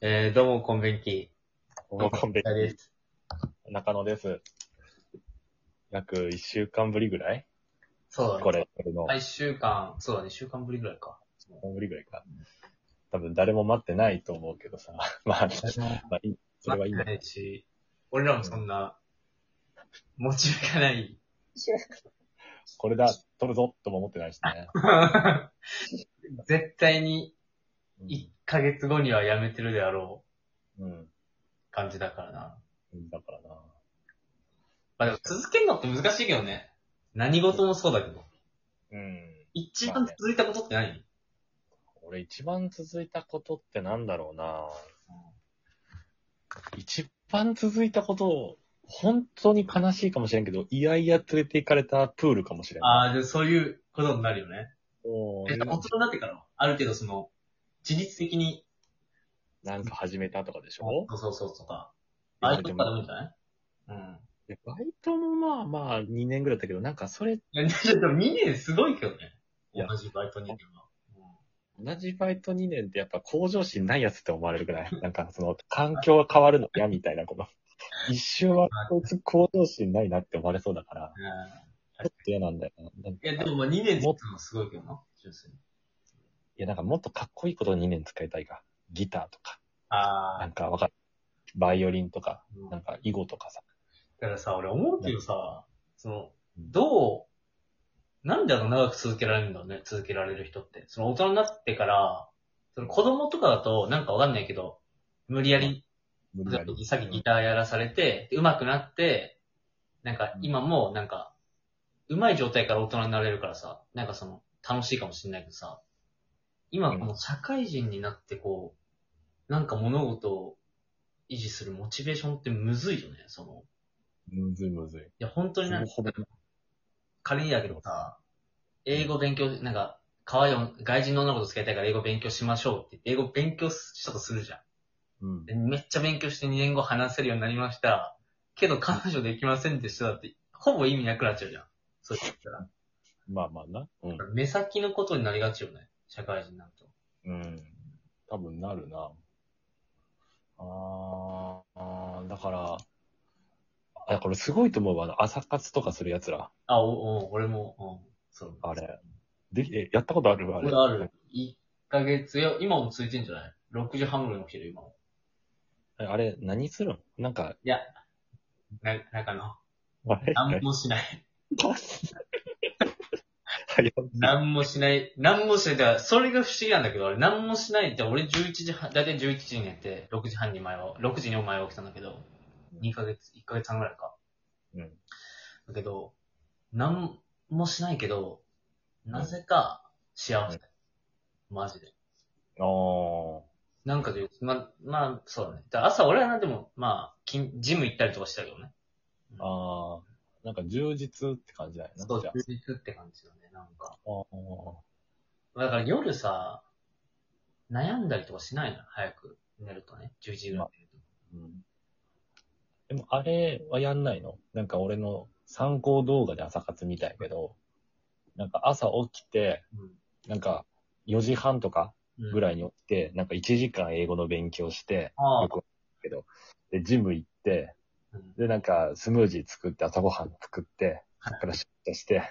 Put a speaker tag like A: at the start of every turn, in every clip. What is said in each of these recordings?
A: えー、どうも、こんべんき。
B: どうもこんべんき
A: こべです。
B: 中野です。約一週間ぶりぐらい
A: そうだね。
B: これ、これの、
A: あ。一週間、そうだね、一週間ぶりぐらいか。
B: 一週間ぶりぐらいか。多分誰も待ってないと思うけどさ。 まあ、まあ、いい。それはいいんだ。
A: ないし、俺らもそんな、モチベが ない。
B: これだ、撮るぞとも思ってないしね。
A: 絶対に、1ヶ月後にはやめてるであろ
B: うん。
A: う感じだからな。
B: だからな。
A: まあでも続けるのって難しいけどね。何事もそうだけど。
B: うん。
A: 一番続いたことって何、
B: 俺一番続いたことってなんだろうな。一番続いたこと、本当に悲しいかもしれんけど、いやいや連れて行かれたプールかもしれん。
A: ああ、で、そういうことになるよね。
B: もう
A: え大人になってからは、ある程度その、自律的に、
B: なんか始めたとかでし
A: そ
B: ょ
A: うそうそうとか、バイトとかでもいいんじゃないうん。
B: でバイトもまあまあ2年ぐらいだったけど、なんかそれ、
A: いや、でも2年すごいけどね。
B: いや
A: 同じバイトにいても。
B: 同じバイト2年ってやっぱ向上心ないやつって思われるぐ らい、なんかその環境が変わるの嫌みたいなこと。一瞬はこいつ向上心ないなって思われそうだから、
A: うん
B: ちょっと嫌なんだよな。なんか
A: いや、でもまあ2年って言ってもすごいけどな、純粋に。
B: いやなんかもっとかっこいいこと2年使いたいが、ギターとか、な
A: ああ。
B: んかわかる。バイオリンとか、
A: うん
B: な
A: だ
B: んか囲碁とかさ。
A: からさ、俺思うけどさ、その、
B: うん
A: どう、なんであの長く続けられるんだろうね、続けられる人って。その大人になってから、その子供とかだとなんかわかんないけど、無理やり、
B: 無理やり。
A: さっきギターやらされて、で上手くなって、なんか今もなんか、上手い状態から大人になれるからさ、なんかその、楽しいかもしれないけどさ、今この社会人になってこう、なんか物事を維持するモチベーションってむずいよね、その。
B: むずいむずい。
A: いや、本当になんか、
B: ほぼほぼ
A: 仮にだけどさ、英語勉強、なんか、可愛い女外人の女の子と付き合いたいから英語勉強しましょうって言って、英語勉強したとするじゃん。
B: うん。
A: でめっちゃ勉強して2年後話せるようになりました。けど彼女できませんでしただって、ほぼ意味なくなっちゃうじゃん。そう言ったら。
B: まあまあな。うん。
A: 目先のことになりがちよね。社会人になると。
B: うん。多分なるな。あーあー、だから、あ、これすごいと思うわ。あの朝活とかするやつら。
A: あ、お、お、俺も、うん、そう。
B: あれ。でき、え、やったことあるあれ。
A: 俺ある。1ヶ月、いや、今もついてんじゃない ?6 時半ぐらいの起きてる、今も。
B: え。あれ、何するんなんか、
A: いや、な、なんかの、
B: あれ
A: なんもしない。
B: 早起き
A: なんもしない。なんもしない。だから、それが不思議なんだけど、俺、なんもしないって、俺11時半、だいたい11時に寝て、6時半に前は、6時にお前は起きたんだけど、2ヶ月、1ヶ月半ぐらいか。
B: うん。
A: だけど、なんもしないけど、なぜか幸せ。マジで。
B: あー。
A: なんかで、ま、まあ、そうだね。だから朝、俺はな、でも、まあ、きジム行ったりとかしたけどね。
B: あー。なんか充実って感じだよな。
A: そう、
B: じゃ
A: 充
B: あ
A: 実って感じだね、なんか。
B: あー
A: だから夜さ、悩んだりとかしないの早く寝るとね。11時ぐらいに寝ると。
B: うん。でも、あれはやんないのなんか俺の参考動画で朝活見たんやけど、なんか朝起きて、なんか4時半とか
A: うん。
B: ぐ
A: い。
B: らいに起きて、なんか1時間英語の勉強して、
A: ああ
B: よくわかんないけど、で、ジム行って、
A: うん
B: で、なんかスムージー作って朝ごはん作って、
A: はい
B: そっから出社して、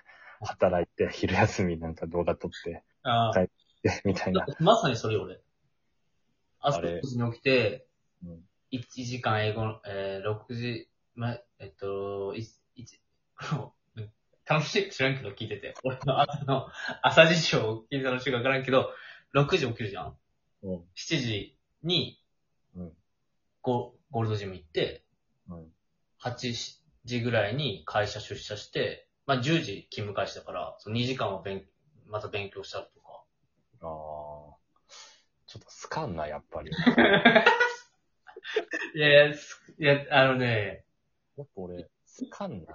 B: 働いて、昼休みなんか動画撮って、
A: ああ
B: 帰で、みたいな。
A: まさにそれ俺。朝
B: あれ
A: 6時に起きて
B: うん、
A: 1時間英語の、えー、6時、ま、えっと、い一 楽しいか知らんけど聞いてて。俺の朝の、朝事情を聞いて楽しいかわからんけど、6時起きるじゃん。
B: うん。
A: 7時に
B: うん。
A: ゴゴールドジム行って、
B: うん。
A: 8時ぐらいに会社出社して、まあ、10時勤務開始だから、その2時間は勉、また勉強したりとか。
B: ああ。ちょっと好かんな、やっ ぱり。
A: いやいや、すいや、あのね、
B: やっぱ俺、好かんな。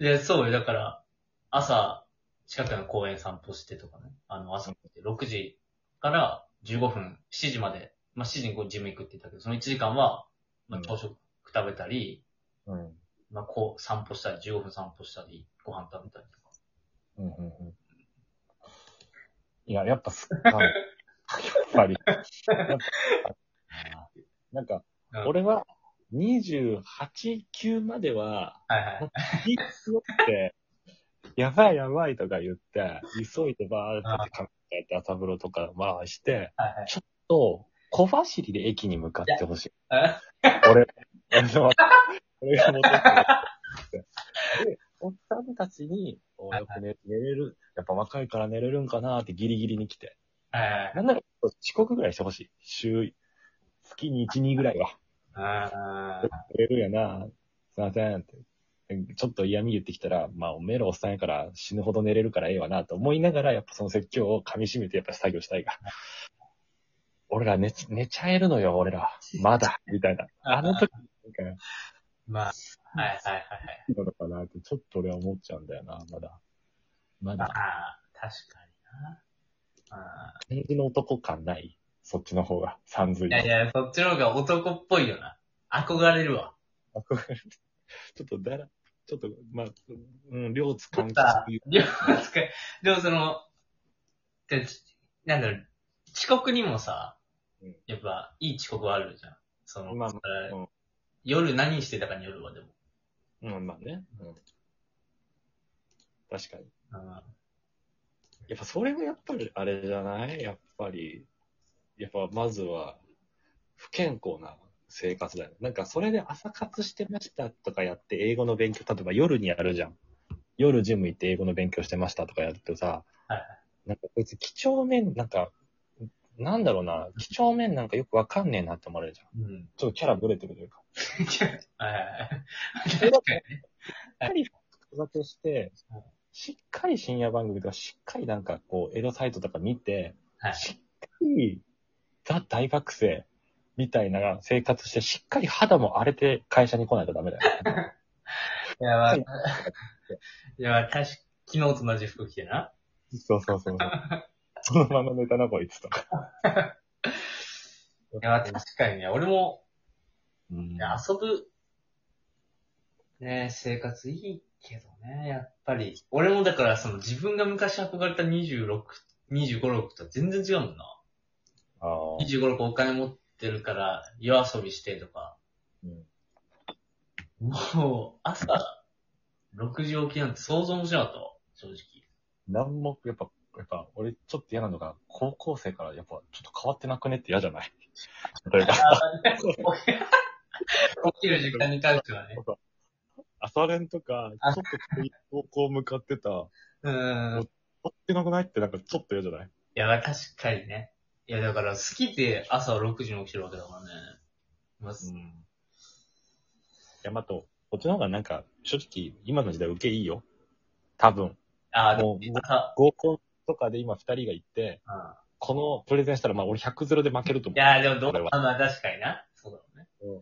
A: いや、そうよ、だから、朝、近くの公園散歩してとかね、あの、朝6時から15分、7時まで、まあ、7時にこうジム行くって言ったけど、その1時間は、まあ、
B: うん
A: 朝食食べたり、
B: うん。
A: まあ、こう、散歩したり、15分散歩したり、ご飯食べたりとか。
B: うんうんうん。いや、やっぱ好かん。ぱり。なんかなんか、
A: うん
B: 俺は28、9までは、
A: はいはい。
B: ピース乗って、やばいやばいとか言って、急いでバーって考えて朝風呂とか回して、
A: はいはい
B: と、小走りで駅に向かってほしい。
A: あ
B: 俺、俺の、俺が戻ってくる。で、おっさんたちに、およく寝寝れる、やっぱ若いから寝れるんかなってギリギリに来て。
A: はいはい
B: なんなら遅刻ぐらいしてほしい。週、月に1、2ぐらいは。
A: あー
B: 寝れるやな。すいませんって。ちょっと嫌味言ってきたら、まあ、おめえらおっさんやから死ぬほど寝れるからええわなと思いながら、やっぱその説教を噛み締めてやっぱ作業したいが。俺ら寝ち、寝ちゃえるのよ、俺ら。まだ、みたいな。あの時、なんか、
A: まあ、はいはいはいはい。
B: いいのかなって、ちょっと俺は思っちゃうんだよな、まだ。
A: ま
B: まだ、
A: あ、確かにな。あ
B: 感じの男感ないそっちの方が、さんず
A: ー
B: い
A: い やいや、そっちの方が男っぽいよな。憧れるわ。
B: 憧れるちょっとだら、ちょっと、まあ、うん、両津
A: ちょ
B: 関
A: っ
B: 係
A: と、両つか、でもその、でちなんだろう、遅刻にもさ
B: うん、
A: やっぱ、いい遅刻はあるじゃん。その、
B: まあま
A: えー
B: うん
A: 夜何してたかによるわ、でも。
B: うん、まあね。うん。確かに。
A: うん
B: やっぱそれはやっぱりあれじゃないやっぱり、やっぱまずは不健康な生活だよね。なんかそれで朝活してましたとかやって英語の勉強、例えば夜にやるじゃん。夜ジム行って英語の勉強してましたとかやるとさ、
A: はい
B: なんかこいつ几帳面、なんか、なんだろうな、几帳面なんかよくわかんねえなって思われるじゃん。
A: うん。
B: ちょっとキャラブレてるというか。
A: はいはいはい。確か
B: しっかり復活して
A: はい、
B: しっかり深夜番組とか、しっかりなんかこう、エロサイトとか見て、
A: はい
B: しっかり、ザ大学生みたいな生活して、しっかり肌も荒れて会社に来ないとダメだよ。
A: に。いや、まあ、
B: はい
A: いや、まあ、確か昨日と同じ服着てな。
B: そうそうそうそう。そのまま寝たな、こいつとか。
A: いや、まあ確かにね、俺も、
B: うん
A: ね遊ぶ、ね、生活いいけどね、やっぱり。俺もだから、その自分が昔憧れた26、25、6とは全然違うもんな。
B: あー
A: 25、6お金持ってるから、夜遊びしてとか、
B: うん
A: もう、朝、6時起きなんて想像もしなかったわ、正直。
B: なんも、やっぱ、やっぱ、俺ちょっと嫌なのが、高校生からやっぱ、ちょっと変わってなくねって嫌じゃない 例えば、
A: 起きる時間に関してはね。
B: 朝練とか、ちょっとこういう方向向かってた、
A: うーん。い
B: 変わってなくないってなんかちょっと嫌じゃない
A: や、まあ確かにね。いや、だから好きで朝6時に起きてるわけだからね。まあ
B: ん。いや、まあと、こっちの方がなんか、正直、今の時代受けいいよ。多分。
A: ああ、で
B: も
A: も
B: う、
A: あ
B: 合コンとかで今二人が行って、このプレゼンしたら、まあ俺100ゼロで負けると
A: うんい
B: 思う。
A: や、でもどう
B: これは
A: まあまあ確かにな。そうだろうね。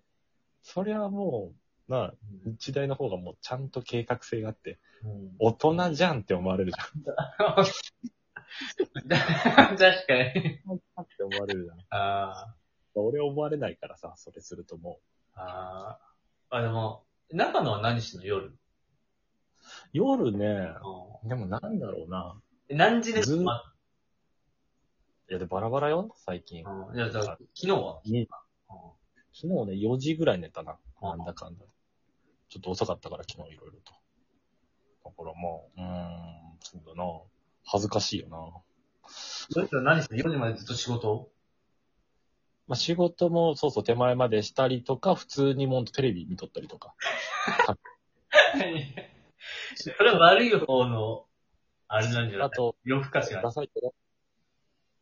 B: それはもう、なあ、
A: うん
B: 時代の方がもうちゃんと計画性があって、大人じゃんって思われるじゃ ん。
A: 確かに。
B: って思われるじゃん。
A: あ
B: 俺思われないからさ、それするとも
A: あ、ああ。あ、でも、中野は何してんの夜。
B: う。夜ね、
A: う
B: でもなんだろうな。
A: ん何時です
B: ずー
A: まあ
B: いや、で、バラバラよ、最近。
A: うんいやだから昨日は
B: に昨日ね、4時ぐらい寝たな。
A: あ
B: なんだかんだ。ちょっと遅かったから、昨日いろいろと。だからもう、うーん、そうだな。恥ずかしいよな。
A: それと何してんの ?4 時までずっと仕事
B: まあ仕事も、そうそう、手前までしたりとか、普通にもうテレビ見とったりとか。
A: それは悪い方の、あれなんじゃない
B: あと、
A: 夜更かしが。
B: ダサいけど。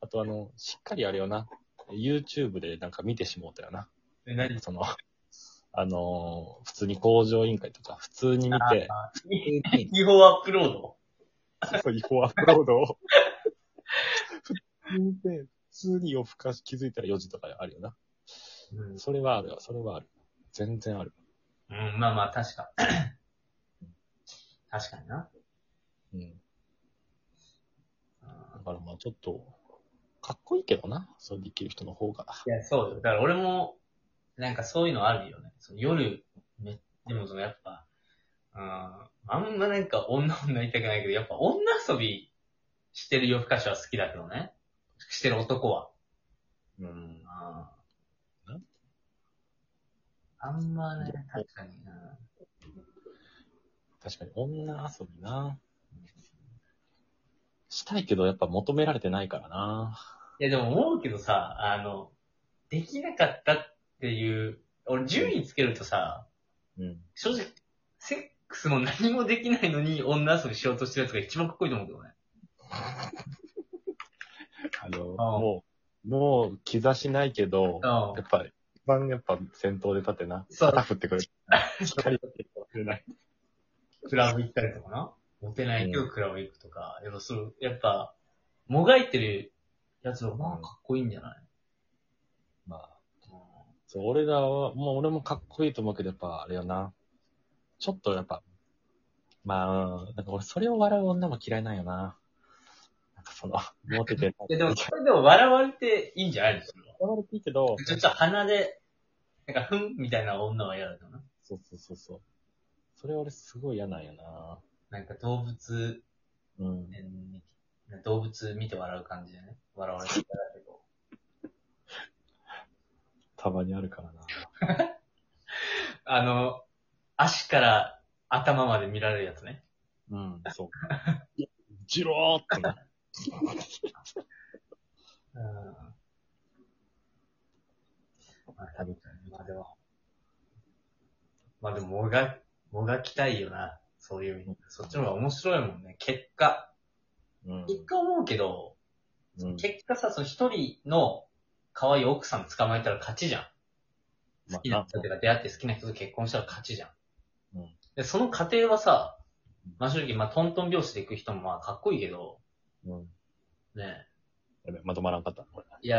B: あと、あの、しっかりあれよな。YouTube でなんか見てしもうたよな。
A: え何
B: その、あのー普通に工場委員会とか、普通に見て、
A: あ
B: 普通に
A: 違法アップロード
B: そう違法アップロードを。普通で、普通に夜更かし気づいたら4時とかあるよな。
A: うん
B: それはあるよ、それはある。全然ある。
A: うん、まあまあ、確か。確かにな。
B: うん。
A: うん
B: だからまあちょっと、かっこいいけどな。そうできる人の方が。
A: いや、そうよ。だから俺も、なんかそういうのあるよね。その夜、め、でもそのやっぱ、うん、あんまなんか女女言いたくないけど、やっぱ女遊びしてる夜更かしは好きだけどね。してる男は。
B: うん。
A: うんあんまね、確かに。うん
B: 確かに、女遊びな。したいけど、やっぱ求められてないからな。
A: いや、でも思うけどさ、あの、できなかったっていう、俺順位つけるとさ、
B: うん。
A: 正直、セックスも何もできないのに女遊びしようとしてるやつが一番かっこいいと思うけどね。
B: あの、
A: ああ
B: もう、もう、兆しないけど、
A: う
B: やっぱ、一番やっぱ先頭で立ってな。
A: そう
B: 旗 振ってくれる。光振ってくれない。
A: ん。クラブ行ったりとかな。モテないけどクラブ行くとか、やっぱそう、やっぱ、もがいてるやつはまあかっこいいんじゃない、
B: まあ、そう、俺らは、もう俺もかっこいいと思うけど、やっぱ、あれよな。ちょっとやっぱ、まあ、なんか俺、それを笑う女も嫌いなんよな。なんかその、モテてない。
A: いや、でも、それでも笑われていいんじゃないのそれは
B: 笑われていいけど、
A: ちょっと鼻で、なんか、ふんみたいな女は嫌だけどな。
B: そうそうそうそう。それ俺すごい嫌なんやな。
A: なんか動物
B: うん。
A: うん動物見て笑う感じでね。笑われていただけど。
B: たまにあるからな。
A: あの、足から頭まで見られるやつね。
B: うん、そう。 ジローってな。
A: うん。まあ、多分、まあでも、まあでも、もが、もがきたいよな。そういう意味。そっちの方が面白いもんね。結果。
B: うん。
A: 結果思うけど、
B: うん、
A: 結果さ、その一人の可愛い奥さん捕まえたら勝ちじゃん。
B: ま
A: 好きな人とか出会って好きな人と結婚したら勝ちじゃん。
B: うん
A: で、その過程はさ、まあ正直、まあトントン拍子で行く人もまあかっこいいけど、
B: うん。
A: ね、
B: やべ、まとまらんかった。これ
A: いや、